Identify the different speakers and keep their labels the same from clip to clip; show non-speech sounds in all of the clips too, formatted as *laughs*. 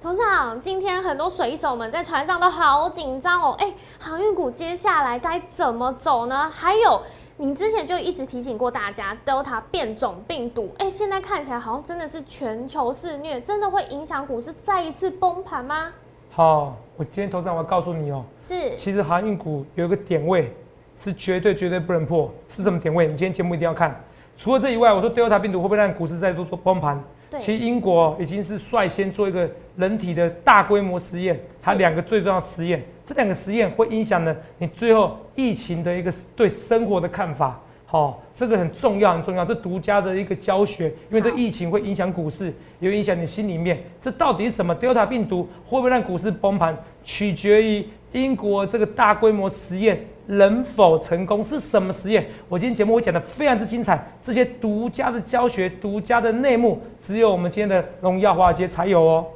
Speaker 1: 董事长，今天很多水手们在船上都好紧张哦。哎，航运股接下来该怎么走呢？还有，你之前就一直提醒过大家，Delta 变种病毒，哎，现在看起来好像真的是全球肆虐，真的会影响股市再一次崩盘吗？
Speaker 2: 好，我今天头上我要告诉你哦，
Speaker 1: 是，
Speaker 2: 其实航运股有一个点位是绝对绝对不能破，是什么点位？你今天节目一定要看。除了这以外，我说 Delta 病毒会不会让股市再度做崩盘？
Speaker 1: 对
Speaker 2: 其实英国已经是率先做一个人体的大规模实验，它
Speaker 1: 是
Speaker 2: 两个最重要的实验，这两个实验会影响呢你最后疫情的一个对生活的看法。好、这个很重要，很重要，这独家的一个教学，因为这
Speaker 1: 好
Speaker 2: 疫情会影响股市，也会影响你心里面。这到底是什么？Delta 病毒会不会让股市崩盘，取决于英国这个大规模实验能否成功，是什么实验？我今天节目会讲的非常之精彩，这些独家的教学、独家的内幕，只有我们今天的荣耀华尔街才有哦。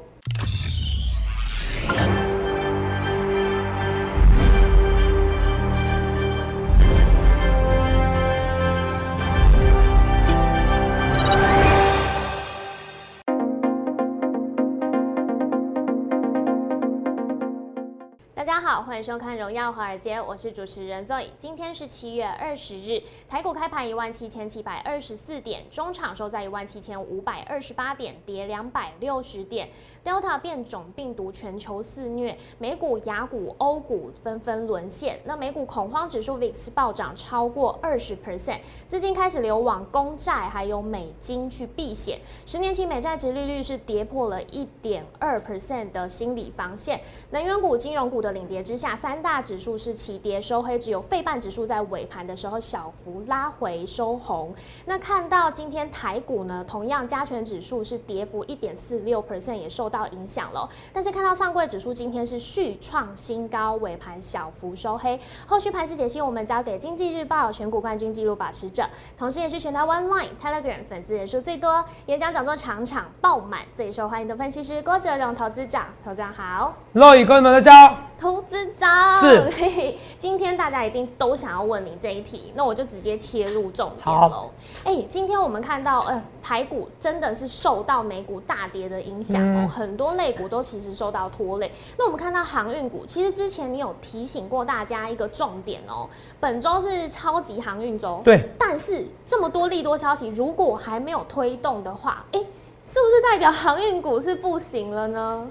Speaker 1: 大家好，欢迎收看《荣耀华尔街》，我是主持人 Zoe。今天是七月二十日，台股开盘一万七千七百二十四点，中场收在一万七千五百二十八点，跌两百六十点。Delta 变种病毒全球肆虐，美股、雅股、欧股纷纷沦陷。那美股恐慌指数 VIX 暴涨超过二十 percent，资金开始流往公债还有美金去避险。十年期美债值利率是跌破了一点二 percent 的心理防线。能源股、金融股的领跌之下，三大指数是齐跌收黑，只有费半指数在尾盘的时候小幅拉回收红。那看到今天台股呢，同样加权指数是跌幅一点四六 percent，也受到影响了。但是看到上柜指数今天是续创新高，尾盘小幅收黑。后续盘势解析，我们交给经济日报选股冠军纪录保持者，同时也是全台湾 Line、Telegram 粉丝人数最多、演讲讲座场场爆满、最受欢迎的分析师郭哲荣投资长。投资长好。
Speaker 2: 各位观众们，大家好。
Speaker 1: 投资长
Speaker 2: 是
Speaker 1: 嘿嘿，今天大家一定都想要问你这一题，那我就直接切入重点
Speaker 2: 好
Speaker 1: 喽。哎、今天我们看到，呃，台股真的是受到美股大跌的影响哦，
Speaker 2: 嗯
Speaker 1: 很多类股都其实受到拖累。那我们看到航运股，其实之前你有提醒过大家一个重点哦，本周是超级航运周，
Speaker 2: 对，
Speaker 1: 但是这么多利多消息，如果还没有推动的话，哎、是不是代表航运股是不行了呢？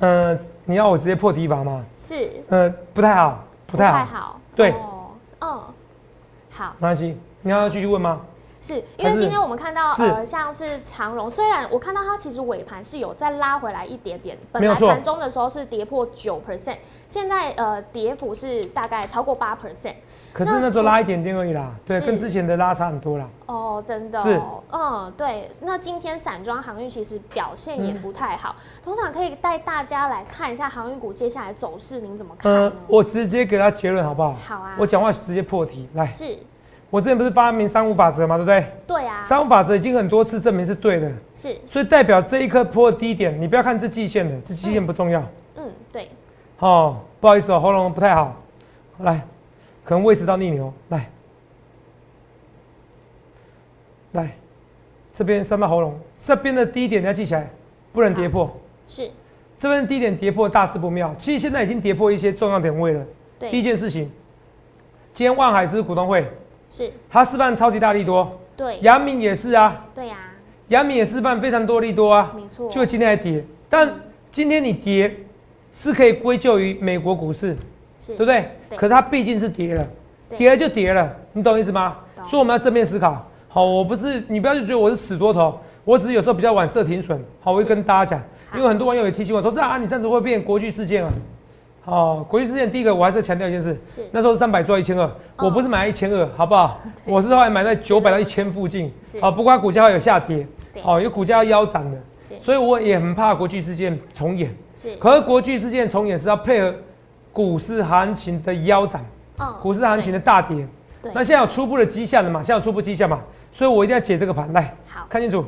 Speaker 2: 呃，你要我直接破题法吗？
Speaker 1: 是，
Speaker 2: 呃，不太好，不太好，对
Speaker 1: 哦，嗯，好，
Speaker 2: 没关系。你要继续问吗？
Speaker 1: 是因为
Speaker 2: 还是
Speaker 1: 今天我们看到
Speaker 2: 是
Speaker 1: 呃，像是长荣，虽然我看到它其实尾盘是有再拉回来一点点，本
Speaker 2: 没有
Speaker 1: 来
Speaker 2: 错
Speaker 1: 盘中的时候是跌破九 percent，现在呃跌幅是大概超过八 percent，
Speaker 2: 可是
Speaker 1: 那
Speaker 2: 那时候拉一点点而已啦，对，
Speaker 1: 是
Speaker 2: 跟之前的拉差很多啦。
Speaker 1: 哦，真的、
Speaker 2: 是
Speaker 1: 哦，嗯，对。那今天散装航运其实表现也不太好，
Speaker 2: 嗯
Speaker 1: 通常可以带大家来看一下航运股接下来走势，您怎么看
Speaker 2: 呃
Speaker 1: 呢？，
Speaker 2: 我直接给他结论好不好？
Speaker 1: 好啊
Speaker 2: 我讲话直接破题，来，
Speaker 1: 是，
Speaker 2: 我之前不是发明三无法则嘛，对不对？
Speaker 1: 对啊，
Speaker 2: 三无法则已经很多次证明是对的，
Speaker 1: 是，
Speaker 2: 所以代表这一颗破低点，你不要看这季线的，这季线不重要。
Speaker 1: 嗯，对，
Speaker 2: 哦，不好意思哦，喉咙不太好，来，可能胃食道逆流，来，来，这边伤到喉咙，这边的低点你要记起来，不能跌破。
Speaker 1: 是，
Speaker 2: 这边低点跌破大事不妙，其实现在已经跌破一些重要点位了。第一
Speaker 1: 对，
Speaker 2: 件事情，今天万海是股东会，
Speaker 1: 是，
Speaker 2: 它示范超级大力多，
Speaker 1: 对，
Speaker 2: 阳明也是啊，
Speaker 1: 对呀、
Speaker 2: 阳明也示范非常多利多啊，
Speaker 1: 没错
Speaker 2: 就今天还跌，但今天你跌是可以归咎于美国股市，
Speaker 1: 是，
Speaker 2: 对不对？
Speaker 1: 对
Speaker 2: 可是它毕竟是跌了，
Speaker 1: 对
Speaker 2: 跌了就跌了，你懂意思吗
Speaker 1: 懂？
Speaker 2: 所以我们要正面思考。好，我不是你不要就觉得我是死多头，我只是有时候比较晚设停损。好，我会
Speaker 1: 是
Speaker 2: 跟大家讲，
Speaker 1: 好
Speaker 2: 因为很多网友也提醒我，投资啊，你这样子会变国际事件啊。哦，国际事件第一个我还是要强调一件事，
Speaker 1: 是哦
Speaker 2: 那时候三百做到一千二，我不是买一千二，好不
Speaker 1: *laughs*
Speaker 2: 好？我是后来买在九百到一千附近
Speaker 1: 是，
Speaker 2: 好，不过它股价有下跌
Speaker 1: 对，
Speaker 2: 好，有股价要腰斩的，
Speaker 1: 是
Speaker 2: 所以我也很怕国际事件重演。
Speaker 1: 是，
Speaker 2: 可是国际事件重演是要配合股市行情的腰斩，
Speaker 1: 嗯
Speaker 2: 股市行情的大跌。
Speaker 1: 对，
Speaker 2: 那
Speaker 1: 对
Speaker 2: 现在有初步的迹象了嘛？现在有初步迹象嘛？所以我一定要解这个盘来
Speaker 1: 好
Speaker 2: 看清楚。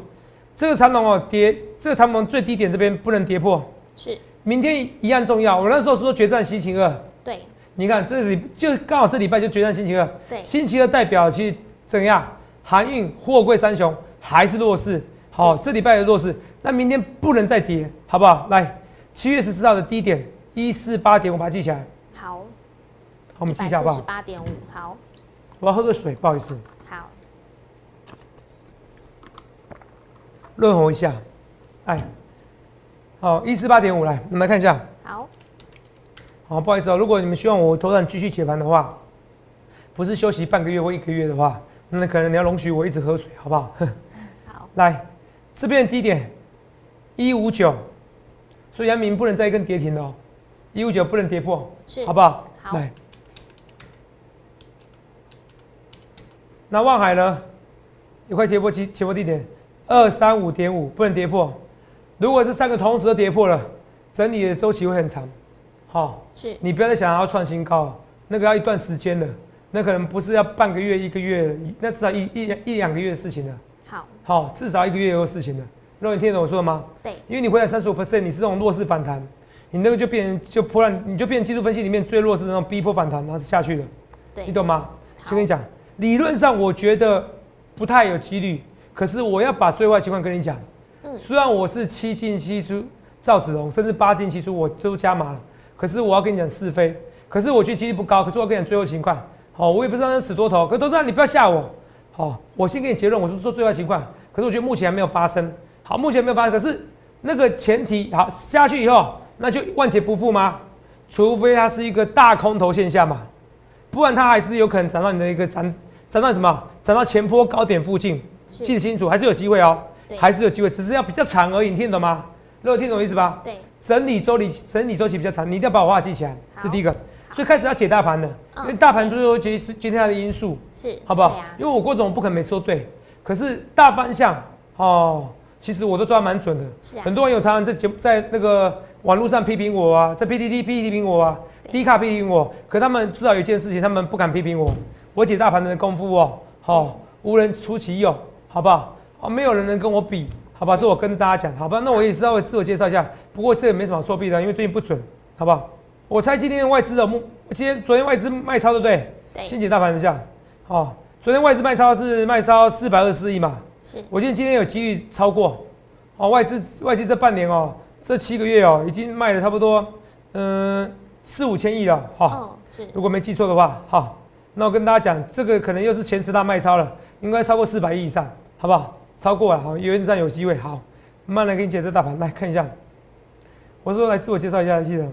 Speaker 2: 这个长龙哦跌，这个长龙最低点这边不能跌破，
Speaker 1: 是，
Speaker 2: 明天一样重要。我那时候说决战星期二，
Speaker 1: 对
Speaker 2: 你看这里就刚好这礼拜就决战星期二，
Speaker 1: 对
Speaker 2: 星期二代表其实怎样？航运、货柜三雄还是弱势，好、
Speaker 1: 是
Speaker 2: 这礼拜的弱势，那明天不能再跌，好不好？来，七月十四号的低点一四八点，我把它记起来。
Speaker 1: 好，
Speaker 2: 好，我们记一下好不
Speaker 1: 十
Speaker 2: 好？
Speaker 1: 八点五，好，
Speaker 2: 我要喝个水，不好意思，
Speaker 1: 好，
Speaker 2: 润喉一下。哎，好，一四八点五来，我们来看一下。
Speaker 1: 好，
Speaker 2: 好，不好意思哦，如果你们希望我头上继续解盘的话，不是休息半个月或一个月的话，那可能你要容许我一直喝水，好不好？
Speaker 1: 好，
Speaker 2: 来，这边的低点一五九，所以阳明不能再一根跌停了、哦，一五九不能跌破，
Speaker 1: 是
Speaker 2: 好不好？
Speaker 1: 好
Speaker 2: 来，那望海呢？有块跌破起起破低点二三五点五，不能跌破。如果这三个同时都跌破了，整理的周期会很长。好、
Speaker 1: 是，
Speaker 2: 你不要再想要创新高，那个要一段时间了，那可能不是要半个月、一个月，那至少一一一两个月的事情了。
Speaker 1: 好，
Speaker 2: 好，至少一个月有事情了。肉你听得懂我说的吗？
Speaker 1: 对，
Speaker 2: 因为你回来三十五 percent，你是这种弱势反弹，你那个就变就破烂，你就变技术分析里面最弱势的那种逼迫反弹，然后是下去的，
Speaker 1: 对
Speaker 2: 你，懂吗？
Speaker 1: 好
Speaker 2: 先跟你讲，理论上我觉得不太有几率，可是我要把最坏情况跟你讲。
Speaker 1: 嗯，
Speaker 2: 虽然我是七进七出赵子龙，甚至八进七出我都加码了，可是我要跟你讲是非，可是我觉得几率不高，可是我要跟你讲最后情况，好、我也不知道那死多头，可是都知道你不要吓我，好、我先给你结论，我是说最坏情况，可是我觉得目前还没有发生，好，目前没有发生，可是那个前提好下去以后，那就万劫不复吗？除非它是一个大空头现象嘛，不然它还是有可能涨到你的一个涨涨到什么？涨到前坡高点附近，
Speaker 1: 是
Speaker 2: 记得清楚，还是有机会哦
Speaker 1: 对，
Speaker 2: 还是有机会，只是要比较长而已，你听懂吗？如果听懂我意思吧？
Speaker 1: 对，
Speaker 2: 整理周期整理周期比较长，你一定要把我话记起来，这
Speaker 1: 好
Speaker 2: 第一个。所以开始要解大盘了，因为大盘最多决决定它的因素，
Speaker 1: 是，
Speaker 2: 好不好
Speaker 1: 对？啊
Speaker 2: 因为我郭总不可能每次都对，可是大方向哦，其实我都抓得蛮准的。
Speaker 1: 是啊
Speaker 2: 很多网友常常在节目在那个网络上批评我啊，在 PDD 批评我啊，
Speaker 1: 对
Speaker 2: 低卡批评我，可他们知道有一件事情，他们不敢批评我，我解大盘的功夫哦，好、
Speaker 1: 是
Speaker 2: 无人出其右，好不好？哦，没有人能跟我比，好吧？
Speaker 1: 是
Speaker 2: 这我跟大家讲，好吧？那我也稍微自我介绍一下，不过这也没什么好作弊的，啊因为最近不准，好不好？我猜今天外资的目，今天昨天外资卖超对不对？先
Speaker 1: 对，
Speaker 2: 解大盘一下，好、昨天外资卖超是卖超四百二十亿嘛，
Speaker 1: 是，
Speaker 2: 我觉得今天有几率超过，哦，外资外资这半年哦，这七个月哦，已经卖了差不多，嗯、四五千亿了，哈、
Speaker 1: 嗯，是，
Speaker 2: 如果没记错的话，好，那我跟大家讲，这个可能又是前十大卖超了，应该超过四百亿以上，好不好？超过了，好，原则上有机会。好，慢慢来给你解这大盘，来看一下。我说来自我介绍一下，记得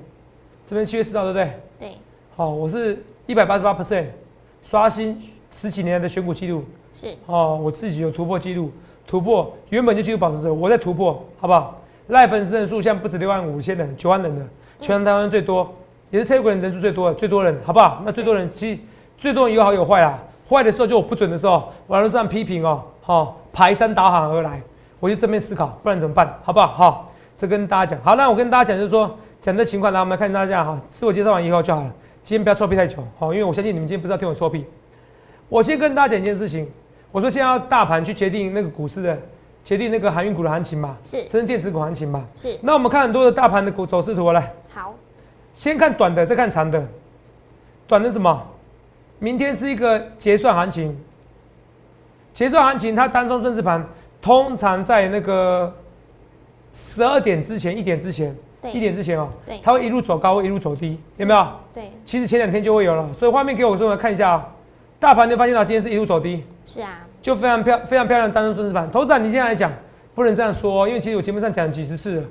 Speaker 2: 这边七月四号对不对？
Speaker 1: 对，
Speaker 2: 好，我是一百八十八 percent 刷新十几年来的选股记录。
Speaker 1: 是，
Speaker 2: 哦，我自己有突破记录，突破原本就记录保持者，我在突破，好不好？赖粉丝人数现在不止六万五千人，九万人了，全台湾最多，也是 Telegram 人数最多的，最多人，好不好？那最多人其实最多人有好有坏啦，坏的时候就我不准的时候，网络上批评哦，好、排山倒海而来，我就正面思考，不然怎么办？好不好？好、这跟大家讲。好，那我跟大家讲就是说，讲这情况，然后我们来看大家哈，自我介绍完以后就好了。今天不要臭屁太久，好、因为我相信你们今天不知道听我臭屁。我先跟大家讲一件事情，我说现在要大盘去决定那个股市的，决定那个航运股的行情嘛，
Speaker 1: 是
Speaker 2: 甚至电子股行情嘛。
Speaker 1: 是，
Speaker 2: 那我们看很多的大盘的股走势图，来
Speaker 1: 好，
Speaker 2: 先看短的，再看长的。短的是什么？明天是一个结算行情，结算行情它单中顺势盘通常在那个十二点之前、一点之前、
Speaker 1: 对
Speaker 2: 一点之前哦
Speaker 1: 对，
Speaker 2: 它会一路走高，会一路走低，有没有？
Speaker 1: 对，
Speaker 2: 其实前两天就会有了，所以画面给我说，我们看一下啊、大盘你会发现到今天是一路走低，
Speaker 1: 是啊，
Speaker 2: 就非常漂非常漂亮的单身顺势盘。投资长，你现在来讲不能这样说哦、因为其实我节目上讲了几十次了。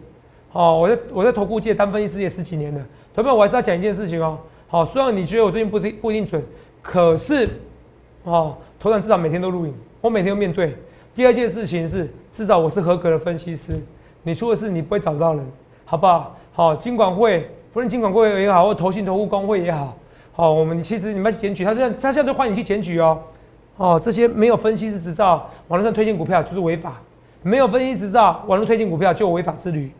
Speaker 2: 哦，我在我在投顾界当分析师也十几年了，投票我还是要讲一件事情哦。好、虽然你觉得我最近不定不一定准，可是哦，投资至少每天都录影，我每天都面对。第二件事情是，至少我是合格的分析师。你出的事你不会找不到人，好不好？好、金管会，不论金管会也好，或投信投顾工会也好，好、我们其实你们要去检举，他现在他现在都欢迎去检举哦。哦，这些没有分析师执照，网络上推荐股票就是违法；没有分析执照，网络推荐股票就有违法之旅。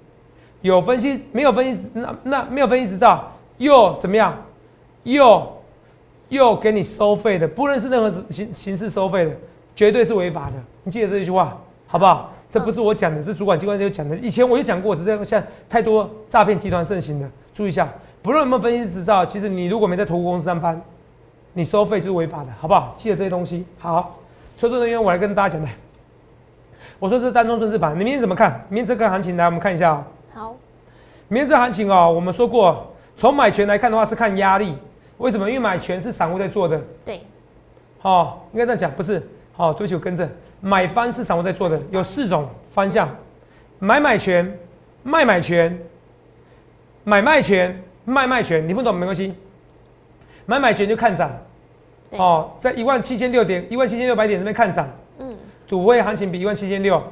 Speaker 2: 有分析没有分析那那没有分析执照又怎么样？又又给你收费的，不论是任何形形式收费的，绝对是违法的。你记得这一句话好不好？这不是我讲的，是主管机关就讲的。以前我就讲过，只是现在太多诈骗集团盛行的，注意一下。不论有没有分析师执照，其实你如果没在投顾公司上班，你收费就是违法的，好不好？记得这些东西。好，操作人员，我来跟大家讲来。我说这是单中顺势盘，你明天怎么看？明天这个行情来，我们看一下、哦。
Speaker 1: 好，
Speaker 2: 明天这行情哦，我们说过，从买权来看的话是看压力，为什么？因为买权是散户在做的，
Speaker 1: 对，
Speaker 2: 哦，应该这样讲，不是，哦，对不起，我更正，买方是散户在做的，有四种方向：买买权、卖买权、买卖权、卖卖权。你不懂没关系，买买权就看涨，
Speaker 1: 对，
Speaker 2: 哦，在一万七千六点、一万七千六百点这边看涨，
Speaker 1: 嗯，
Speaker 2: 赌会行情比一万七千六，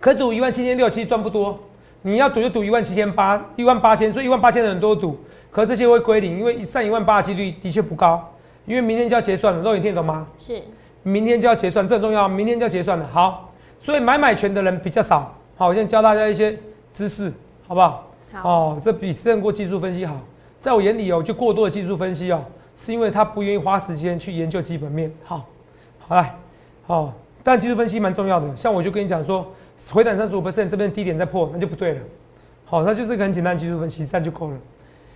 Speaker 2: 可赌一万七千六其实赚不多，你要赌就赌一万七千八、一万八千，所以一万八千的人都赌，可这些会归零，因为上一万八的几率的确不高，因为明天就要结算了，肉眼听得懂吗？
Speaker 1: 是，
Speaker 2: 明天就要结算，这很重要，啊明天就要结算了。好，所以买买权的人比较少。好，我现在教大家一些知识，好不好？
Speaker 1: 好，
Speaker 2: 哦，这比胜过技术分析好。在我眼里哦，就过多的技术分析哦，是因为他不愿意花时间去研究基本面。好，好来，哎好、但技术分析蛮重要的。像我就跟你讲说，回档三十五 percent 这边低点再破，那就不对了。好、那就是个很简单的技术分析，这样就够了。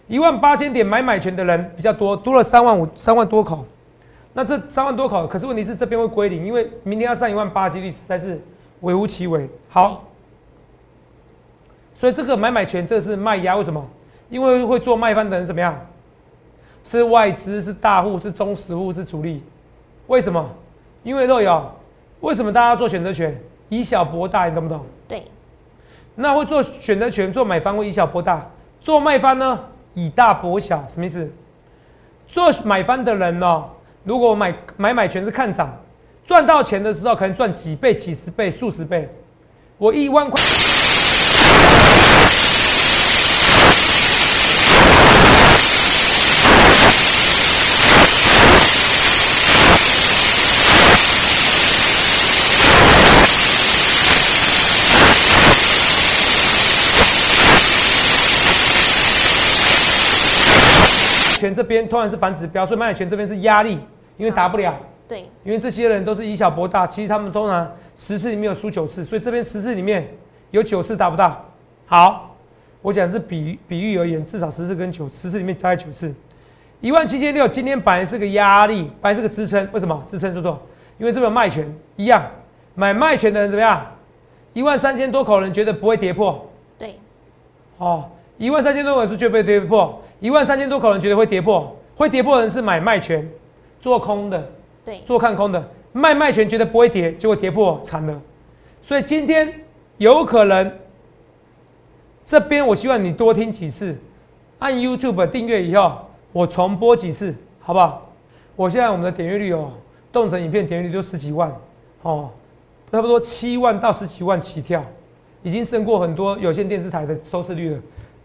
Speaker 2: 一万八千点买买权的人比较多，多了三万五三万多口。那这三万多口，可是问题是这边会归零，因为明天要上一万八，几率实在是微乎其微。好。所以这个买买权这是卖压，为什么？因为会做卖方的人怎么样？是外资、是大户、是中实户、是主力。为什么？因为肉友，为什么大家要做选择权？以小博大，你懂不懂？
Speaker 1: 对，
Speaker 2: 那会做选择权，做买方会以小博大，做卖方呢以大博小，什么意思？做买方的人哦，如果买买买权是看涨，赚到钱的时候可能赚几倍、几十倍、数十倍。我一万块，权这边通常是反指标，所以买买权这边是压力，因为达不了。
Speaker 1: 对，
Speaker 2: 因为这些人都是以小博大，其实他们通常十次里面有输九次，所以这边十次里面有九次达不到。好，我讲是比喻比喻而言，至少十次跟九十次里面大概九次。一万七千六，今天本来是个压力，本来是个支撑，为什么支撑？说错，因为这边有卖权一样，买卖权的人怎么样？一万三千多口人觉得不会跌破，
Speaker 1: 对，
Speaker 2: 哦，一万三千多口人是绝对跌破，一万三千多口人觉得会跌破，会跌破的人是买卖权，做空的。
Speaker 1: 对，
Speaker 2: 做看空的，卖卖权觉得不会跌，结果跌破惨了。所以今天有可能，这边我希望你多听几次，按 YouTube 订阅以后，我重播几次，好不好？我现在我们的点阅率哦，动成影片点阅率就十几万，哦，差不多七万到十几万起跳，已经胜过很多有线电视台的收视率了。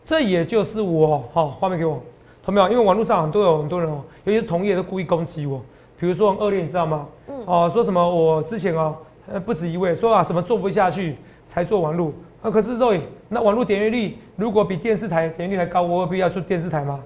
Speaker 2: 这也就是我，好、哦，画面给我，同没有？因为网络上很多有很多人哦，有些同业都故意攻击我，比如说很恶劣，你知道吗？
Speaker 1: 嗯
Speaker 2: 哦，说什么我之前哦，呃，不止一位说啊，什么做不下去才做网络，啊，可是肉眼那网络点阅率如果比电视台点阅率还高，我有必要做电视台吗？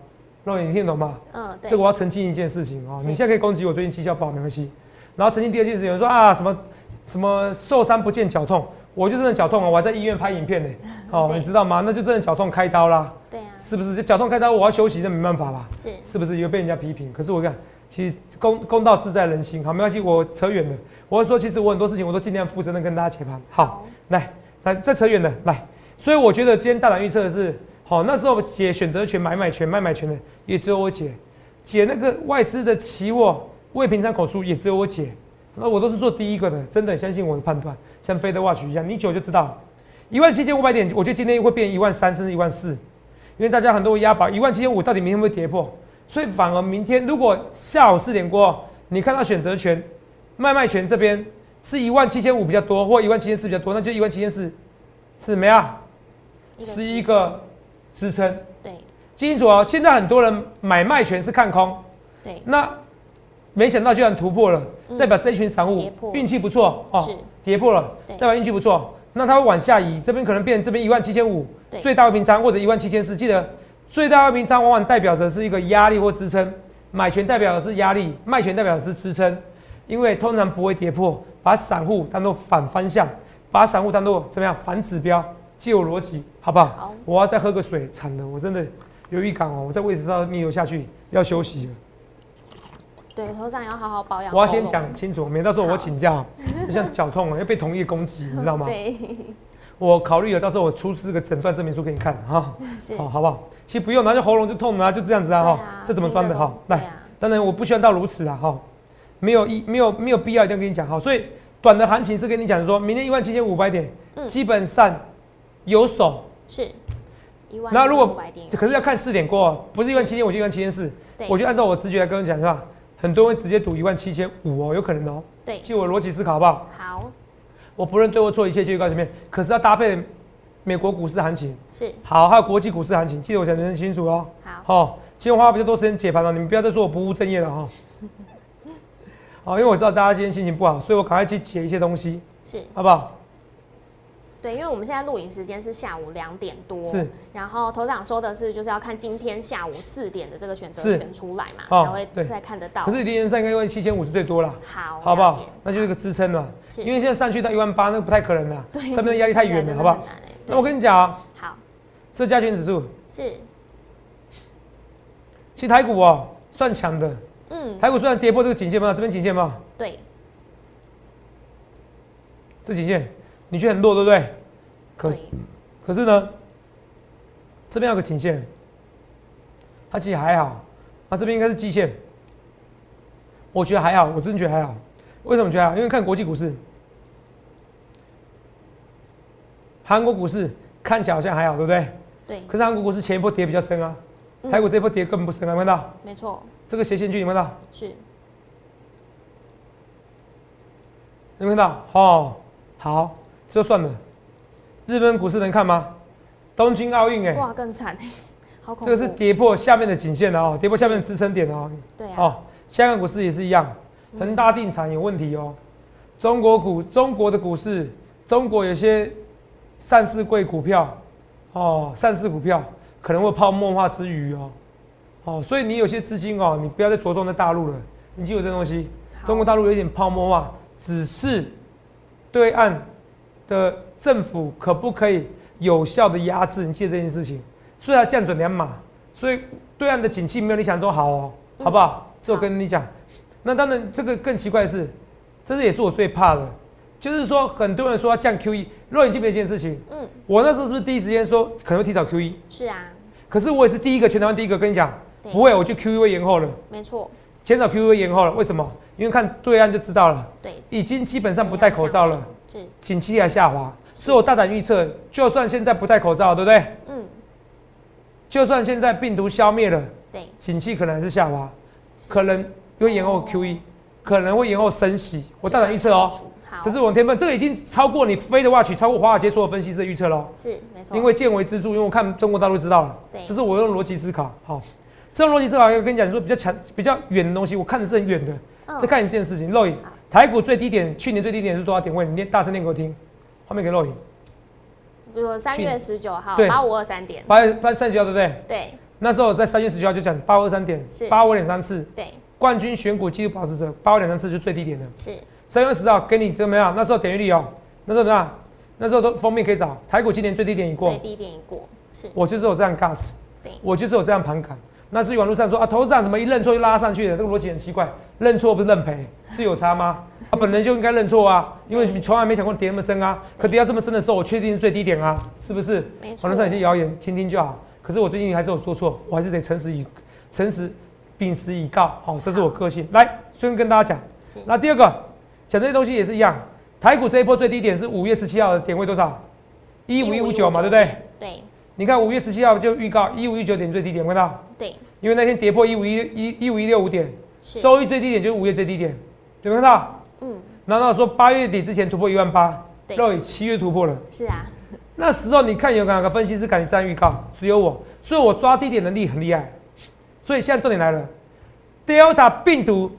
Speaker 2: 肉眼你听得懂吗？
Speaker 1: 嗯，对
Speaker 2: 这个，我要澄清一件事情哦，
Speaker 1: 是
Speaker 2: 你现在可以攻击我最近绩效不好没关系。然后澄清第二件事情，有人说啊什么什么受伤不见脚痛，我就真的脚痛啊，我还在医院拍影
Speaker 1: *laughs*
Speaker 2: 片呢。哦，
Speaker 1: 对
Speaker 2: 你知道吗？那就真的脚痛开刀啦，
Speaker 1: 对啊，
Speaker 2: 是不是？就脚痛开刀，我要休息，那没办法啦，
Speaker 1: 是，
Speaker 2: 是不是？也会被人家批评。可是我看，其实公公道自在人心，好，没关系，我扯远了。我是说，其实我很多事情我都尽量负责任跟大家解盘。好，来，来，再扯远了，来。所以我觉得今天大胆预测的是，好、那时候解选择权、买买权、卖买权的也只有我解，解那个外资的期货未平仓口数也只有我解，那我都是做第一个的，真的相信我的判断，像 Fed Watch 一样，你久就知道，一万七千五百点，我觉得今天会变一万三甚至一万四，因为大家很多押宝一万七千五到底明天会不会跌破，所以反而明天如果下午四点过后，你看到选择权、卖卖权这边是一万七千五比较多，或一万七千四比较多，那就一万七千四是怎么样？是一个支撑。
Speaker 1: 对
Speaker 2: 记清楚哦，现在很多人买卖权是看空，
Speaker 1: 对
Speaker 2: 那没想到居然突破了，
Speaker 1: 嗯
Speaker 2: 代表这一群散户
Speaker 1: 跌破
Speaker 2: 运气不错哦
Speaker 1: 是，
Speaker 2: 跌破了，
Speaker 1: 对
Speaker 2: 代表运气不错。那它会往下移，这边可能变这边一万七千五，
Speaker 1: 对
Speaker 2: 最大的平仓或者一万七千四，记得最大的平仓往往代表着是一个压力或支撑，买权代表的是压力，卖权代表的是支撑，因为通常不会跌破，把散户当做反方向，把散户当做怎么样反指标，既有逻辑，好不好？
Speaker 1: 好
Speaker 2: 我要再喝个水，惨了，我真的有预感哦，我在位置上逆流下去，要休息了。
Speaker 1: 对，头上要好好保养喉
Speaker 2: 我
Speaker 1: 咙。
Speaker 2: 要先讲清楚，免得到时候
Speaker 1: *laughs*
Speaker 2: 我
Speaker 1: 好
Speaker 2: 哦请假，就像脚痛啊，要被同业攻击，你知道吗？
Speaker 1: 对，
Speaker 2: 我考虑了，到时候我出示个诊断证明书给你看哈，
Speaker 1: *laughs* 是
Speaker 2: 好好不好？其实不用，拿就喉咙就痛了啊，就这样子啊
Speaker 1: 对
Speaker 2: 哈、
Speaker 1: 啊
Speaker 2: 这怎么装的哈、
Speaker 1: 听得懂对
Speaker 2: 来
Speaker 1: 啊，
Speaker 2: 当然我不希望到如此啊哈、没有一没有没有必要一定要跟你讲哈、所以短的行情是跟你讲说，明天一万七千五百点，
Speaker 1: 嗯
Speaker 2: 基本上有手，
Speaker 1: 是一万
Speaker 2: 那如
Speaker 1: 五
Speaker 2: 果
Speaker 1: 百点，
Speaker 2: 可是要看四点过哦，不是一万七千五就一万七千四，
Speaker 1: 对
Speaker 2: 我就按照我直觉来跟你讲是吧？很多人会直接赌一万七千五哦，有可能哦。
Speaker 1: 对，
Speaker 2: 据我逻辑思考好不好？
Speaker 1: 好
Speaker 2: 我不论对或错，一切皆预告前面。可是要搭配美国股市行情，
Speaker 1: 是
Speaker 2: 好，还有国际股市行情，记得我讲得很清楚哦。
Speaker 1: 好
Speaker 2: 好、今天花比较多时间解盘了，你们不要再说我不务正业了哈、哦。好，因为我知道大家今天心情不好，所以我赶快去解一些东西，
Speaker 1: 是
Speaker 2: 好不好？
Speaker 1: 对，因为我们现在录影时间是下午两点多，
Speaker 2: 是。
Speaker 1: 然后头长说的是，就是要看今天下午四点的这个选择
Speaker 2: 是
Speaker 1: 权出来嘛，
Speaker 2: 哦
Speaker 1: 才会
Speaker 2: 对
Speaker 1: 再看得到
Speaker 2: 可。是离线上应该一万七千五是最多了，
Speaker 1: 好，
Speaker 2: 好不
Speaker 1: 了
Speaker 2: 好
Speaker 1: 解？
Speaker 2: 那就是一个支撑了，
Speaker 1: 是
Speaker 2: 因为现在上去到一万八，那个不太可能了，
Speaker 1: *laughs* 对啊
Speaker 2: 上面的压力太远了，好不好？？那我
Speaker 1: 你
Speaker 2: 跟你讲啊，
Speaker 1: 欸好
Speaker 2: 这加权指数，
Speaker 1: 是
Speaker 2: 其实台股哦算强的，
Speaker 1: 嗯
Speaker 2: 台股虽然跌破这个颈线嘛，这边颈线嘛，
Speaker 1: 对
Speaker 2: 这颈线你觉得很弱，对不对？可是
Speaker 1: 对
Speaker 2: 可是呢，这边有个颈线，它其实还好。那这边应该是季线，我觉得还好，我真的觉得还好。为什么觉得还好？因为看国际股市，韩国股市看起来好像还好，对不对？
Speaker 1: 对
Speaker 2: 可是韩国股市前一波跌比较深啊，
Speaker 1: 嗯
Speaker 2: 台股这一波跌根本不深啊，有没有看到？
Speaker 1: 没错
Speaker 2: 这个斜线距有没有看到？
Speaker 1: 是
Speaker 2: 有没有看到？哦，好，这就算了。日本股市能看吗？东京奥运哎，
Speaker 1: 哇更惨，好恐怖。
Speaker 2: 这个是跌破下面的颈线了哦，跌破下面的支撑点了哦。
Speaker 1: 对啊，嗯
Speaker 2: 哦，香港股市也是一样，恒大地产有问题哦。中国股，中国的股市，中国有些上市贵股票，哦，上市股票可能会泡沫化之余哦，哦，所以你有些资金哦，你不要再着重在大陆了，你记住这东西，
Speaker 1: 好
Speaker 2: 中国大陆有一点泡沫化，只是对岸的政府可不可以有效的压制？你记得这件事情，所以要降准两码，所以对岸的景气没有你想中好哦，
Speaker 1: 嗯
Speaker 2: 好不好？这我跟你讲。那当然，这个更奇怪的是，这是也是我最怕的，就是说很多人说要降 QE，若你记不记得一件事情？
Speaker 1: 嗯
Speaker 2: 我那时候是不是第一时间说可能会提早 QE？
Speaker 1: 是啊
Speaker 2: 可是我也是第一个，全台湾第一个跟你讲，
Speaker 1: 对
Speaker 2: 不会，我就 QE 会延后了，
Speaker 1: 没错
Speaker 2: 减少 QE 会延后了。为什么？因为看对岸就知道了，
Speaker 1: 对，
Speaker 2: 已经基本上不戴口罩了。
Speaker 1: 是
Speaker 2: 景气还下滑，所以我大胆预测，就算现在不戴口罩，对不对？
Speaker 1: 嗯
Speaker 2: 就算现在病毒消灭了，
Speaker 1: 对
Speaker 2: 景气可能还是下滑，
Speaker 1: 是
Speaker 2: 可能会延后
Speaker 1: 哦
Speaker 2: QE，、可能会延后升息。我大胆预测哦，，
Speaker 1: 好
Speaker 2: 这是我的天分，这个已经超过你飞的 watch，超过华尔街所有分析师的预测喽。
Speaker 1: 是没错，
Speaker 2: 因为见微知著，因为我看中国大陆知道了
Speaker 1: 对，
Speaker 2: 这是我用逻辑思考。好，这种逻辑思考要跟你讲说比较强、比较远的东西，我看的是很远的。
Speaker 1: 嗯
Speaker 2: 再看一件事情，肉影
Speaker 1: 好
Speaker 2: 台股最低点，去年最低点是多少点位？你念大声念给我听，画面给肉影。
Speaker 1: 比如说三月十九号
Speaker 2: 对
Speaker 1: 八五二三点，
Speaker 2: 八月八三十九号对不对？
Speaker 1: 对
Speaker 2: 那时候我在三月十九号就讲八五二三点
Speaker 1: 是，
Speaker 2: 八五点三次，
Speaker 1: 对
Speaker 2: 冠军选股纪录保持者，八五点三次就是最低点的。
Speaker 1: 是
Speaker 2: 三月十号给你怎么样？那时候点阅率哦，那时候怎么样？那时候都封面可以找，台股今年最低点已过
Speaker 1: 最，低点已过，是
Speaker 2: 我就是有这样 guts，
Speaker 1: 对
Speaker 2: 我就是有这样盘感。那至于网络上说啊，头上怎么一认错就拉上去的，这个逻辑很奇怪，认错不是认赔，是有
Speaker 1: *laughs*
Speaker 2: 差吗？啊，本来就应该认错啊，因为
Speaker 1: 对
Speaker 2: 你从来没想过跌那么深啊，可跌到这么深的时候，我确定是最低点啊，是不是？
Speaker 1: 没错
Speaker 2: 网络上有些谣言，听听就好。可是我最近还是有做错，我还是得诚实以诚实秉实以告，好、这是我个性。来，顺便跟大家讲，
Speaker 1: 是
Speaker 2: 那第二个讲这些东西也是一样，台股这一波最低点是五月十七号的点位多少？一五一五九嘛，对不对？
Speaker 1: 对
Speaker 2: 你看五月十七号就预告一五一九点最低点，有没有看到？
Speaker 1: 对
Speaker 2: 因为那天跌破一五一一一五一六五点，
Speaker 1: 是
Speaker 2: 周一最低点就是五月最低点，有没有看到？
Speaker 1: 嗯
Speaker 2: 然后说八月底之前突破一万八，
Speaker 1: 对
Speaker 2: 肉眼七月突破了。
Speaker 1: 是啊
Speaker 2: 那时候你看有哪个分析师敢这样预告？只有我，所以我抓低点能力很厉害。所以现在重点来了，Delta 病毒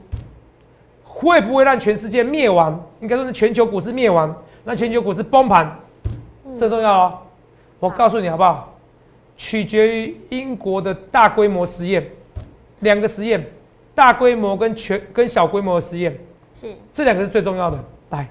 Speaker 2: 会不会让全世界灭亡？应该说是全球股市灭亡，让全球股市崩盘，
Speaker 1: 嗯
Speaker 2: 这重要哦。我
Speaker 1: 好
Speaker 2: 告诉你好不好？取决于英国的大规模实验，两个实验，大规模跟全跟小规模的实验。
Speaker 1: 是
Speaker 2: 这两个是最重要的。来，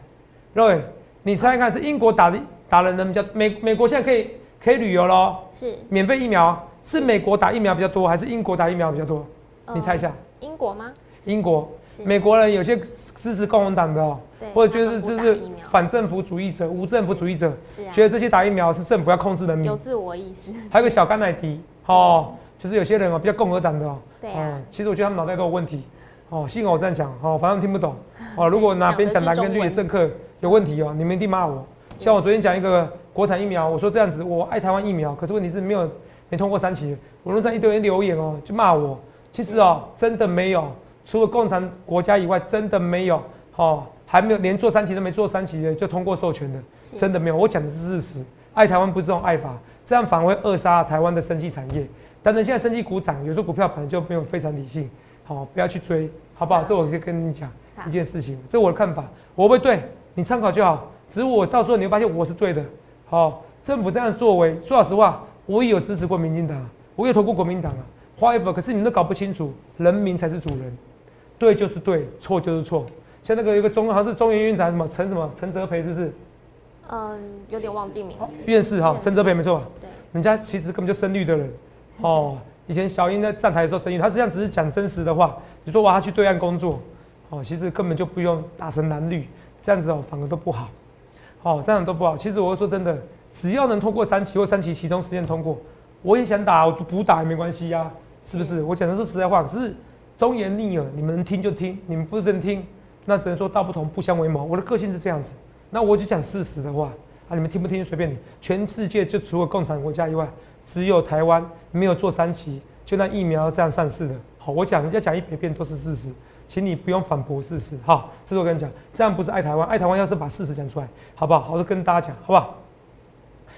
Speaker 2: 肉眼，你猜猜看，是英国打的打人的比较，美美国现在可以可以旅游咯，
Speaker 1: 是
Speaker 2: 免费疫苗，是
Speaker 1: 嗯
Speaker 2: 美国打疫苗比较多，还是英国打疫苗比较多？
Speaker 1: 呃
Speaker 2: 你猜一下，
Speaker 1: 英国吗？
Speaker 2: 英国
Speaker 1: 是、
Speaker 2: 美国人有些支持共和党的哦
Speaker 1: 对，
Speaker 2: 或者觉得
Speaker 1: 他
Speaker 2: 就
Speaker 1: 们不
Speaker 2: 是
Speaker 1: 打疫苗
Speaker 2: 反政府主义者、无政府主义者，
Speaker 1: 是啊，
Speaker 2: 觉得这些打疫苗是政府要控制人民
Speaker 1: 有。自我意识，
Speaker 2: 还有个小甘乃迪哦，就是有些人哦比较共和党的哦，
Speaker 1: 对啊
Speaker 2: 嗯其实我觉得他们脑袋都有问题哦，幸好我这样讲哦，反正他们听
Speaker 1: *laughs*
Speaker 2: 不懂哦。如果哪边讲蓝跟绿的政客有问题哦，你们一定骂我。
Speaker 1: 是
Speaker 2: 像我昨天讲一个国产疫苗，我说这样子我爱台湾疫苗，可是问题是没有没通过三期，网络上一堆人留言哦就骂我，其实
Speaker 1: 嗯
Speaker 2: 哦真的没有，除了共产国家以外真的没有哦，还没有连做三期都没做三期的就通过授权的。
Speaker 1: 是
Speaker 2: 真的没有，我讲的是事实。爱台湾不是这种爱法，这样反而会扼杀台湾的生技产业。当然，现在生技股涨，有时候股票本来就没有非常理性，好、不要去追，好不好？
Speaker 1: 好
Speaker 2: 这我就跟你讲
Speaker 1: 好
Speaker 2: 一件事情，这我的看法，我会对你参考就好。只是我到时候你会发现我是对的，好、政府这样作为，说老实话，我也有支持过民进党啊，我也投过国民党啊，花一 r 可是你们都搞不清楚，人民才是主人，对就是对，错就是错。像那个有一个中，好像是中原院长什么陈什么陈泽培，是不是？
Speaker 1: 嗯，有点忘记名字，
Speaker 2: 院士哈
Speaker 1: 院，士
Speaker 2: 陈泽培没错吧，
Speaker 1: 对，
Speaker 2: 人家其实根本就深绿的人哦。以前小英在站台的时候深绿，他实际上只是讲真实的话。你说哇，他去对岸工作，哦，其实根本就不用大声蓝绿，这样子哦，反而都不好，哦，这样都不好。其实我会说真的，只要能通过三期或三期其中时间通过，我也想打，我补打也没关系呀、是不是？我讲的是实在话，可是忠言逆耳，你们能听就听，你们不能听，那只能说道不同不相为谋。我的个性是这样子，那我就讲事实的话啊，你们听不听随便你。全世界就除了共产国家以外，只有台湾没有做三期，就让疫苗这样上市的。好，我讲要讲一百遍都是事实，请你不用反驳事实。好，这是我跟你讲，这样不是爱台湾，爱台湾要是把事实讲出来，好不好？好，我就跟大家讲，好不好？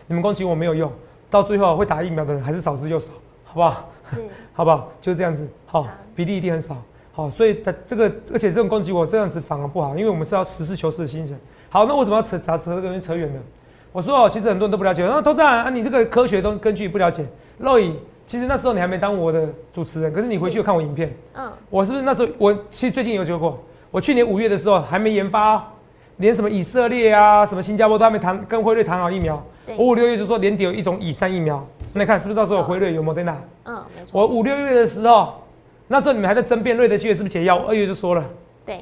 Speaker 2: 你们攻击我没有用，到最后会打疫苗的人还是少之又少，好不好？
Speaker 1: 是
Speaker 2: 好不好？就是这样子，好
Speaker 1: 好，
Speaker 2: 比例一定很少，好，所以它这个，而且这种攻击我这样子反而不好，因为我们是要实事求是的精神。好，那为什么要扯扯扯这个东西扯远了？我说哦，其实很多人都不了解，那头长啊，你这个科学都根据不了解。肉以其实那时候你还没当我的主持人，可是你回去有看我影片，
Speaker 1: 嗯，
Speaker 2: 我是不是那时候我其实最近有讲过，我去年五月的时候还没研发、哦，连什么以色列啊、什么新加坡都还没谈跟辉瑞谈好疫苗
Speaker 1: 对，
Speaker 2: 我五六月就说年底有一种乙三疫苗，那你看是不是到时候有辉瑞有莫德纳？
Speaker 1: 嗯，没错，
Speaker 2: 我五六月的时候，那时候你们还在争辩瑞德西韦是不是解药，我二月就说了，
Speaker 1: 对，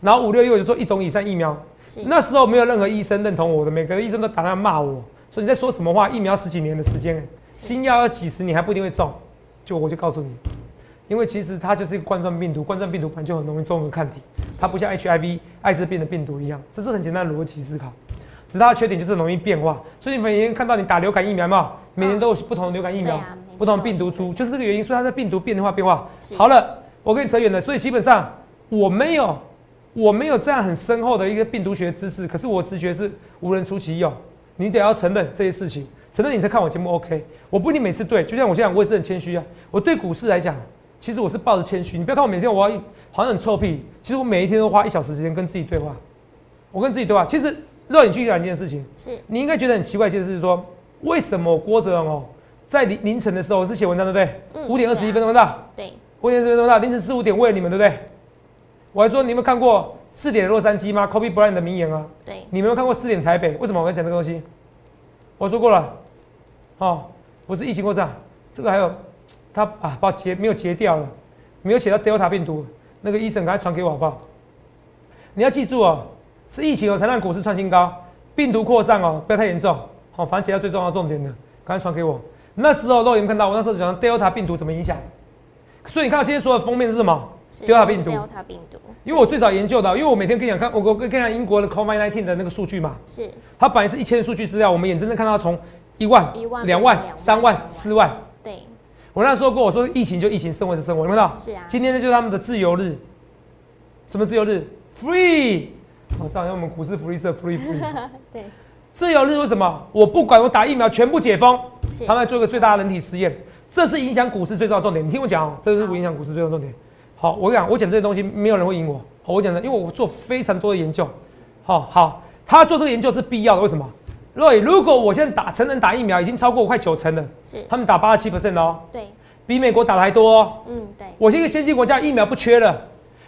Speaker 2: 然后五六月我就说一种以上疫苗，
Speaker 1: 是
Speaker 2: 那时候没有任何医生认同我的，每个医生都打算骂我，说你在说什么话？疫苗十几年的时间，新药要几十年还不一定会中，就我就告诉你，因为其实它就是一个冠状病毒，冠状病毒本来就很容易中和抗体，它不像 HIV 艾滋病的病毒一样，这是很简单的逻辑思考。只是它的缺点就是容易变化，所以你们已经看到你打流感疫苗嘛，每年都有不同的流感疫苗，
Speaker 1: 对啊每年
Speaker 2: 不同的病毒
Speaker 1: 都有
Speaker 2: 株，
Speaker 1: 新的
Speaker 2: 就是这个原因，所以它在病毒变化变化
Speaker 1: 是。
Speaker 2: 好了，我跟你扯远了，所以基本上我没有我没有这样很深厚的一个病毒学知识，可是我直觉是无人出其右，你得要承认这些事情，承认你才看我节目 OK。我不一定每次对，就像我现在我也是很谦虚啊。我对股市来讲，其实我是抱着谦虚，你不要看我每天我要好像很臭屁，其实我每一天都花一小时时间跟自己对话，我跟自己对话。其实让你去想一件事情，
Speaker 1: 是
Speaker 2: 你应该觉得很奇怪，就是说为什么郭哲荣哦，在凌凌晨的时候是写文章对不对？
Speaker 1: 嗯
Speaker 2: 五点二十
Speaker 1: 对
Speaker 2: 一
Speaker 1: 啊
Speaker 2: 分钟到。
Speaker 1: 对，
Speaker 2: 五点四分钟到凌晨四五点为了你们，对不对？我还说你有没有看过四点的洛杉矶吗？Kobe Bryant 的名言啊，
Speaker 1: 对，
Speaker 2: 你没有看过四点台北？为什么我要讲这个东西？我说过了，哦，不是疫情扩散，这个还有他啊把截没有截掉了，没有写到 Delta 病毒，那个医生赶快传给我好不好？你要记住哦，是疫情哦才让股市创新高，病毒扩散哦不要太严重，好、反正截到最重要的重点的，赶快传给我。那时候都有没有看到？我那时候讲 Delta 病毒怎么影响，所以你看到今天所有的封面是什么
Speaker 1: 是
Speaker 2: ？Delta 病毒，
Speaker 1: ，Delta 病毒
Speaker 2: 因为我最早研究的，因为我每天跟你讲看，我我跟你讲英国的 COVID-19 的那个数据嘛，
Speaker 1: 是
Speaker 2: 它本来是一千数据资料，我们眼睁睁看到它从一万、
Speaker 1: 1万变
Speaker 2: 两万、
Speaker 1: 成2
Speaker 2: 三
Speaker 1: 万
Speaker 2: 万、四万。
Speaker 1: 对，
Speaker 2: 我那时候跟我说疫情就疫情，生活是生活，有没有看到？
Speaker 1: 是啊
Speaker 2: 今天呢就是他们的自由日，什么自由日？Free，哦，这好像我们股市福利社 Free Free。
Speaker 1: 对，
Speaker 2: 自由日为什么？我不管，我打疫苗全部解封
Speaker 1: 是，
Speaker 2: 他们在做一个最大的人体实验，这是影响股市最重要的重点。你听我讲哦，这是影响股市最重要的重点。好，我讲我讲这些东西，没有人会赢我。好，我讲的，因为我做非常多的研究。好好，他做这个研究是必要的，为什么？若如果我现在打成人打疫苗已经超过快九成了，
Speaker 1: 是，
Speaker 2: 他们打八十七 percent 哦，
Speaker 1: 对，
Speaker 2: 比美国打的还多哦。
Speaker 1: 嗯，对，
Speaker 2: 我是一个先进国家，疫苗不缺了，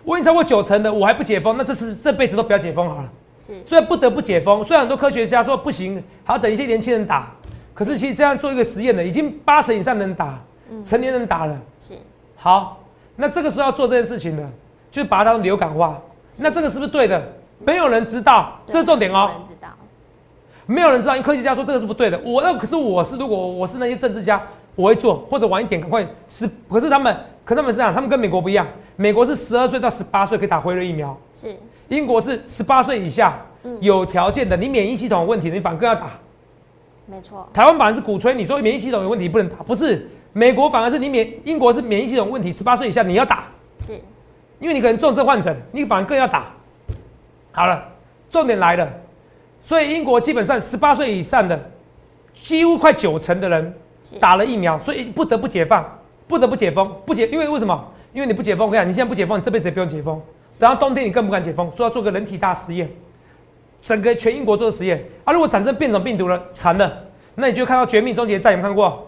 Speaker 2: 我已经超过九成了，我还不解封，那这是这辈子都不要解封好了。
Speaker 1: 是，
Speaker 2: 所以不得不解封。虽然很多科学家说不行，还要等一些年轻人打，可是其实这样做一个实验的，已经八成以上能打，
Speaker 1: 嗯
Speaker 2: 成年人打了。
Speaker 1: 是，
Speaker 2: 好，那这个时候要做这件事情了，就把它当流感化。
Speaker 1: 是
Speaker 2: 那这个是不是对的？没有人知道，
Speaker 1: 对
Speaker 2: 这是重点
Speaker 1: 没
Speaker 2: 哦
Speaker 1: 有。人知道，
Speaker 2: 没有人知道，因为科学家说这个是不对的。我那可是我是，如果我是那些政治家，我会做，或者晚一点赶快是。可是他们，可他们是这样，他们跟美国不一样，美国是十二岁到十八岁可以打辉瑞疫苗，
Speaker 1: 是
Speaker 2: 英国是十八岁以下
Speaker 1: 嗯
Speaker 2: 有条件的，你免疫系统有问题，你反而更要打。
Speaker 1: 没错，
Speaker 2: 台湾反而是鼓吹你说免疫系统有问题不能打，不是美国反而是你免英国是免疫系统有问题，十八岁以下你要打，
Speaker 1: 是
Speaker 2: 因为你可能重症患者，你反而更要打。好了，重点来了，所以英国基本上十八岁以上的，几乎快九成的人
Speaker 1: 是
Speaker 2: 打了疫苗，所以不得不解放，不得不解封，不解，因为为什么？因为你不解封，我跟你讲，你现在不解封，你这辈子也不用解封。然后冬天你更不敢解封，说要做个人体大实验，整个全英国做的实验。啊，如果产生变种病毒了，惨了，那你就看到《绝命终结战》，有没有看过？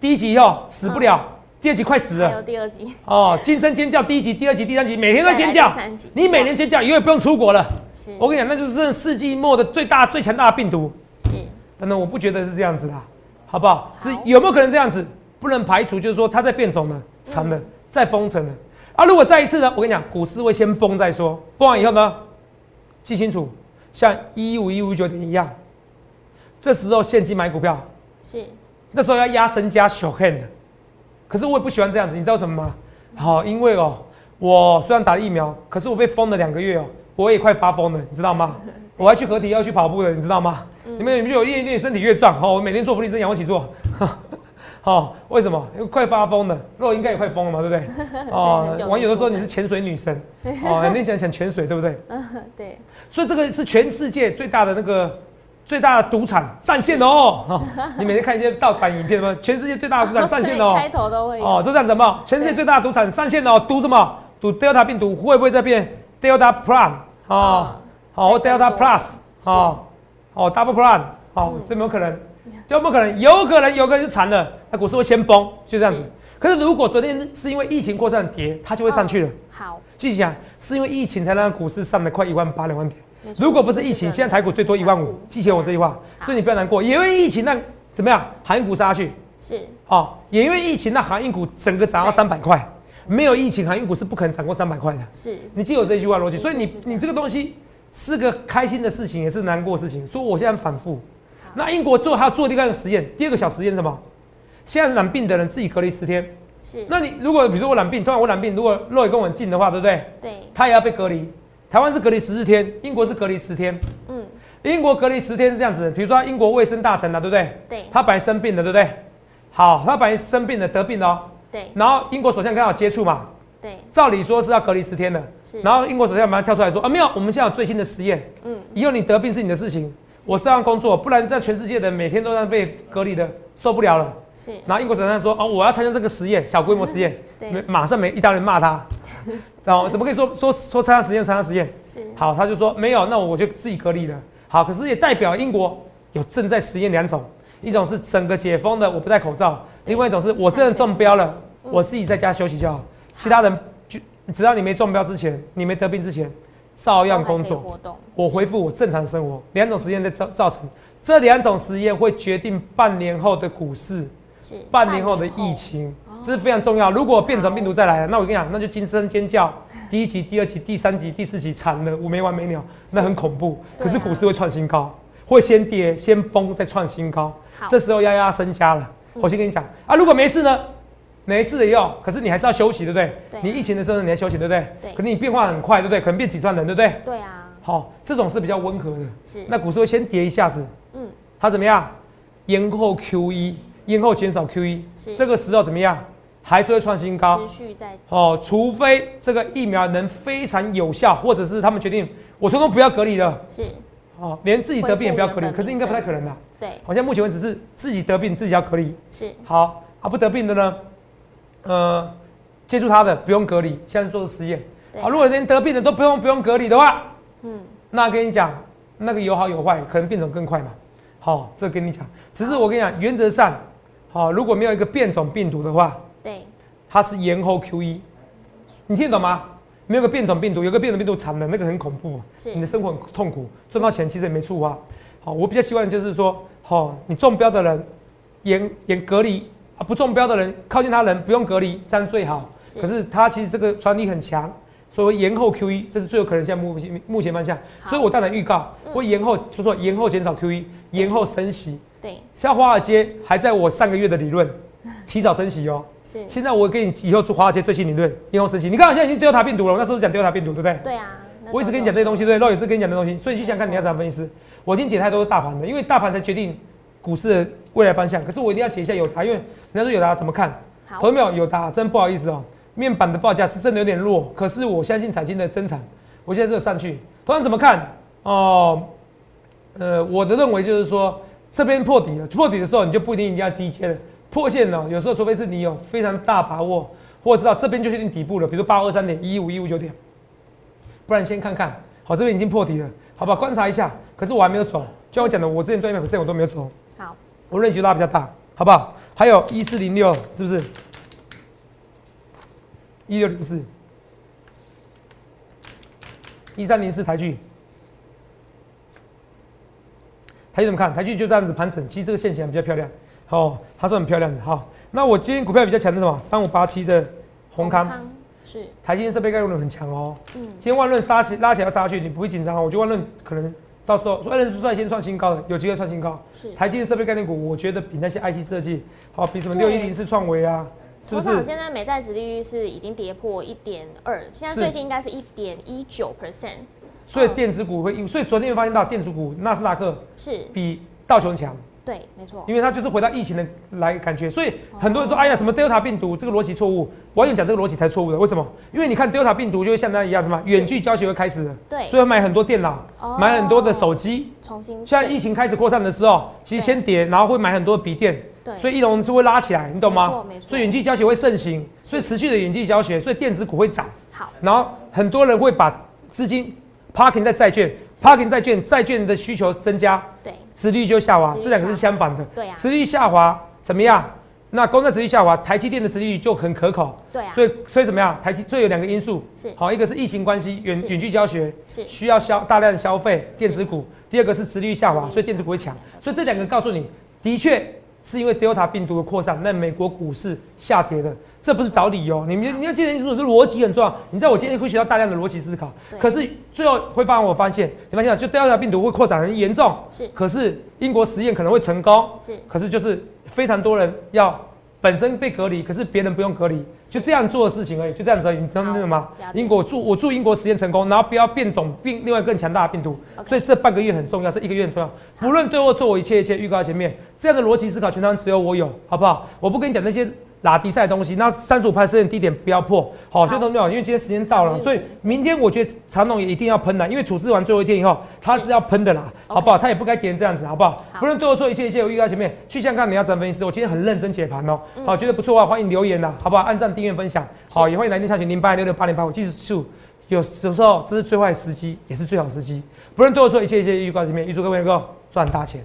Speaker 2: 第一集以后死不了，第二集快死了
Speaker 1: 还，有第二集，
Speaker 2: 哦，惊声尖叫，第一集、第二集、第三集，每天都尖
Speaker 1: 再来
Speaker 2: 叫
Speaker 1: 第三集，
Speaker 2: 你每天尖叫，以后也不用出国了。
Speaker 1: 是
Speaker 2: 我跟你讲，那就是这世纪末的最大、最强大的病毒。
Speaker 1: 是
Speaker 2: 等等，我不觉得是这样子啦，好不好？是有没有可能这样子？不能排除，就是说它在变种了，惨了，再封城了。啊，如果再一次呢？我跟你讲，股市会先崩再说，崩完以后呢，记清楚，像一五一五九点一样，这时候现金买股票，
Speaker 1: 是 *laughs*
Speaker 2: 那时候要压身家小 hand，的可是我也不喜欢这样子，你知道什么吗？好、因为哦，我虽然打了疫苗，可是我被封了两个月哦，我也快发疯了，你知道吗？我还去合体要去跑步了，你知道吗？
Speaker 1: 嗯
Speaker 2: 你们你们就有越练身体越胀，哦，我每天做福利真仰卧起坐， *laughs* 好、为什么？因为快发疯了，肉应该也快疯了嘛，对哦
Speaker 1: *laughs*
Speaker 2: 不对？
Speaker 1: 很久没
Speaker 2: 网友都说
Speaker 1: 出门
Speaker 2: 你是潜水女神，哦，你想想潜水对不对？
Speaker 1: 嗯对
Speaker 2: 所以这个是全世界最大的那个最大的赌场上线了哦哦你每天看一些盗版影片吗？全世界最大的赌
Speaker 1: *laughs*
Speaker 2: 场上线了哦
Speaker 1: 开。头都会有
Speaker 2: 哦，这样怎么？全世界最大的赌场上线了哦，赌什么？赌 Delta 病毒会不会再变 Delta Prime 哦，好、或
Speaker 1: 再更
Speaker 2: Delta
Speaker 1: 多
Speaker 2: Plus
Speaker 1: 是嗯
Speaker 2: 哦，哦 Double Prime 哦，这有没有可能？有没有可能？有可能，有可能就惨了，那股市会先崩，就这样子
Speaker 1: 是。
Speaker 2: 可是如果昨天是因为疫情过上跌，它就会上去了。
Speaker 1: 好，
Speaker 2: 记起来，是因为疫情才让股市上了快一万八、两万点
Speaker 1: 没。错
Speaker 2: 如果不是疫情，现在台股最多一万
Speaker 1: 台股
Speaker 2: 五。记起我这句话，
Speaker 1: 嗯好
Speaker 2: 所以你不要难过，也因为疫情让怎么样，航运股杀下去，
Speaker 1: 是
Speaker 2: 哦，也因为疫情让航运股整个涨到
Speaker 1: 再
Speaker 2: 三
Speaker 1: 起
Speaker 2: 百块，没有疫情，航运股是不可能涨过三百块的。
Speaker 1: 是
Speaker 2: 你记我这句话逻辑，
Speaker 1: 嗯
Speaker 2: 所以你
Speaker 1: 是这样
Speaker 2: 你这个东西是个开心的事情，也是难过的事情，所以我现在反复
Speaker 1: 好。
Speaker 2: 那英国做还要做另外一个实验，第二个小实验是什么？现在染病的人自己隔离十天。
Speaker 1: 是，
Speaker 2: 那你如果比如说我染病，突然我染病，如果肉也跟我很近的话，对不对？
Speaker 1: 对，
Speaker 2: 他也要被隔离。台湾是隔离十四天，英国是隔离十天。
Speaker 1: 嗯
Speaker 2: 英国隔离十天是这样子，比如说他英国卫生大臣啊，对不对？
Speaker 1: 对
Speaker 2: 他本来生病了，对不对？好，他本来生病了，得病了哦、
Speaker 1: 对
Speaker 2: 然后英国首相刚好接触嘛，
Speaker 1: 对
Speaker 2: 照理说是要隔离十天的
Speaker 1: 是。
Speaker 2: 然后英国首相马上跳出来说啊，没有，我们现在有最新的实验，
Speaker 1: 嗯
Speaker 2: 以后你得病是你的事情，我照样工作，不然这样全世界的每天都让被隔离的受不了了。
Speaker 1: 是
Speaker 2: 然后英国首相说：“哦，我要参加这个实验，小规模实验。
Speaker 1: *laughs* 对
Speaker 2: 没马上没一大堆人
Speaker 1: *laughs*
Speaker 2: 骂他，然后怎么可以说说说参加实验参加实验？
Speaker 1: 是
Speaker 2: 好，他就说没有，那我就自己隔离了。好，可是也代表英国有正在实验两种，一种是整个解封的，我不戴口罩；，
Speaker 1: 对嗯
Speaker 2: 另外一种是我真的中标了，我自己在家休息就好，其他人就只要你没中标之前，你没得病之前，照
Speaker 1: 都
Speaker 2: 样
Speaker 1: 还
Speaker 2: 工
Speaker 1: 可以
Speaker 2: 作。
Speaker 1: 活动，
Speaker 2: 我
Speaker 1: 是
Speaker 2: 恢复我正常生活。两种实验在造造成，这两种实验会决定半年后的股市，
Speaker 1: 是
Speaker 2: 半年后的疫，情，这是非常重要。如果变成病毒再来
Speaker 1: 哦
Speaker 2: 了，那我跟你讲，那就惊声尖叫，
Speaker 1: 嗯
Speaker 2: 第一集、第二集、第三集、第四集惨了，我没完没了，那很恐怖。
Speaker 1: 对啊
Speaker 2: 可是股市会创新高，会先跌、先崩，再创新高
Speaker 1: 好。嗯
Speaker 2: 这时候要压身家了。我先跟你讲啊，如果没事呢？没事的要，可是你还是要休息，对不对？
Speaker 1: 对啊
Speaker 2: 你疫情的时候你还休息，对不对？
Speaker 1: 对
Speaker 2: 可能你变化很快，对不对？可能变几川人，对不对？
Speaker 1: 对啊，
Speaker 2: 好、这种是比较温和的。
Speaker 1: 是
Speaker 2: 那股市会先跌一下子，
Speaker 1: 嗯
Speaker 2: 它怎么样？延后 Q 一，延后减少 Q 一
Speaker 1: 是，
Speaker 2: 这个时候怎么样？还是会创新高
Speaker 1: 持。续在
Speaker 2: 哦，除非这个疫苗能非常有效，或者是他们决定我通通不要隔离了，
Speaker 1: 是
Speaker 2: 哦，连自己得病也不要隔离，
Speaker 1: 恢复原本
Speaker 2: 可是应该不太可能的。
Speaker 1: 对
Speaker 2: 好像目前为止是自己得病自己要隔离。
Speaker 1: 是
Speaker 2: 好，啊不得病的呢，呃，接触他的不用隔离，现在做的实验。
Speaker 1: 对
Speaker 2: 啊，如果连得病的都不用不用隔离的话，
Speaker 1: 嗯
Speaker 2: 那跟你讲，那个有好有坏，可能变种更快嘛。好、这跟你讲。只是我跟你讲，原则上，好、如果没有一个变种病毒的话，
Speaker 1: 对
Speaker 2: 它是延后 Q 一，你听得懂吗？没有个变种病毒，有个变种病毒惨了，那个很恐怖，
Speaker 1: 是
Speaker 2: 你的生活很痛苦，赚到钱其实也没处花。好、我比较希望就是说，好、你中标的人严严隔离啊，不中标的人靠近他人不用隔离，这样最好。
Speaker 1: 是
Speaker 2: 可是他其实这个传染力很强，所以会延后 Q E，这是最有可能现在目前目前方向。所以我当然预告
Speaker 1: 嗯
Speaker 2: 会延后，说说延后减少 Q E，延后升息。
Speaker 1: 对，
Speaker 2: 像华尔街还在我上个月的理论，提早升息哦。
Speaker 1: 是，
Speaker 2: 现在我给你以后华尔街最新理论，延后升息。你看我现在已经 Delta 病毒了，我那时候讲 Delta 病毒，对不对？
Speaker 1: 对啊。那时候
Speaker 2: 我一直跟你讲这些东西，对，肉也是跟你讲这些东西，所以你去想看
Speaker 1: 没
Speaker 2: 你
Speaker 1: 错
Speaker 2: 要怎么分析。我已经解太多大盘的，因为大盘才决定股市的未来方向。可是我一定要解一下友达，因为人家说友啊达怎么看？
Speaker 1: 好
Speaker 2: 朋，友们，友达真不好意思哦，面板的报价是真的有点弱，可是我相信彩金的增产，我现在这上去，同样怎么看？哦，呃，我的认为就是说，这边破底了，破底的时候你就不一定一定要低接了，破线了，有时候除非是你有非常大把握，或者知道这边就确定底部了，比如八二三点一五一五九点，不然先看看，好，这边已经破底了，好吧，观察一下，可是我还没有走，就像我讲的，我之前赚一百 percent 我都没有走，
Speaker 1: 好，
Speaker 2: 我认觉拉比较大，好不好？还有一四零六是不是？一六零四，一三零四台剧，台剧怎么看？台剧就这样子盘整，其实这个线型还比较漂亮，好、它算很漂亮的。好，那我今天股票比较强的是什么？三五八七的宏康，
Speaker 1: 是，
Speaker 2: 台积电设备概念股很强哦。
Speaker 1: 嗯，
Speaker 2: 今天万润杀起拉起来杀去，你不会紧张哦。我觉得万润可能到时候万润是率先创新高的，有机会创新高。
Speaker 1: 是。
Speaker 2: 台积电设备概念股，我觉得比那些 IC 设计好，比什么六一
Speaker 1: 对
Speaker 2: 零四创维啊，是不
Speaker 1: 投资好
Speaker 2: 是？
Speaker 1: 现在美债值利率是已经跌破一点二，现在
Speaker 2: 是
Speaker 1: 最新应该是一点一九 percent，
Speaker 2: 所以电子股会，所以昨天发现到电子股纳斯达克
Speaker 1: 是
Speaker 2: 比道琼强，
Speaker 1: 对，没错，
Speaker 2: 因为它就是回到疫情的来感觉，所以很
Speaker 1: 哦
Speaker 2: 多人说，哎呀，什么 Delta 病毒这个逻辑错误，我跟你讲这个逻辑才错误的，为什么？因为你看 Delta 病毒就会像那一样什么远距教学会开始了，
Speaker 1: 对
Speaker 2: 所以要买很多电脑
Speaker 1: 哦，
Speaker 2: 买很多的手机。
Speaker 1: 重新
Speaker 2: 现在疫情开始扩散的时候，其实
Speaker 1: 对
Speaker 2: 先跌，然后会买很多的笔电，
Speaker 1: 对，
Speaker 2: 所
Speaker 1: 以
Speaker 2: 以一龙是会拉起来，你懂
Speaker 1: 没
Speaker 2: 吗
Speaker 1: 错没？错
Speaker 2: 所以远距教学会盛行，所以持续的远距教学，所以电子股会涨，
Speaker 1: 好
Speaker 2: 然后很多人会把资金 parking 在债券，parking 债券，债券的需求增加，
Speaker 1: 对
Speaker 2: 殖利率就下滑
Speaker 1: 殖利，率
Speaker 2: 这两个是相反的。
Speaker 1: 对啊
Speaker 2: 殖利率下滑怎么样？那公债殖利率下滑，台积电的殖利率就很可口。
Speaker 1: 对啊，
Speaker 2: 所以所以怎么样？台积所以有两个因素，
Speaker 1: 是
Speaker 2: 好，一个是疫情关系，远
Speaker 1: 是
Speaker 2: 远距教学
Speaker 1: 是
Speaker 2: 需要消大量的消费，电子股；第二个是殖利率下
Speaker 1: 殖利
Speaker 2: 滑，
Speaker 1: 率
Speaker 2: 所以电子股会强
Speaker 1: 下滑。
Speaker 2: 所以这两个告诉你，的确是因为 Delta 病毒的扩散，那美国股市下跌的，这不是找理由。你们你要记得清楚，这逻辑很重要。你知道我今天会学到大量的逻辑思考
Speaker 1: 对，
Speaker 2: 可是最后会发现，我发现你发现就 Delta 病毒会扩展很严重，
Speaker 1: 是
Speaker 2: 可是英国实验可能会成功，
Speaker 1: 是
Speaker 2: 可是就是非常多人要本身被隔离，可是别人不用隔离，就这样做的事情而已，就这样子而已，你懂
Speaker 1: 好
Speaker 2: 懂吗
Speaker 1: 了？解
Speaker 2: 英国我祝我祝英国实验成功，然后不要变种病，另外更强大的病毒。
Speaker 1: OK
Speaker 2: 所以这半个月很重要，这一个月很重要。不论对或错，我一切一切预告在前面这样的逻辑思考，全台湾只有我有，好不好？我不跟你讲那些拉低赛的东西，那三十五拍摄点低点不要破，好，这些都没有，因为今天时间到
Speaker 1: 好
Speaker 2: 了，
Speaker 1: 没
Speaker 2: 所以
Speaker 1: 问题
Speaker 2: 明天我觉得长隆也一定要喷的，因为处置完最后一天以后，它
Speaker 1: 是
Speaker 2: 是要喷的啦，
Speaker 1: OK
Speaker 2: 好不好？它也不该跌成这样子，好不好
Speaker 1: 好？
Speaker 2: 不论对或错，一切一切我预告在前面。去香港你要咱分析师，我今天很认真解盘哦，
Speaker 1: 嗯
Speaker 2: 好，觉得不错的话，欢迎留言啊呐，好不好？按赞、订阅、分享，好，
Speaker 1: 是
Speaker 2: 也欢迎来电查询零八六六八零八五，记住。有时候这是最坏的时机，也是最好的时机。不论对我说一切一切预告前面，预祝各位能够赚大钱。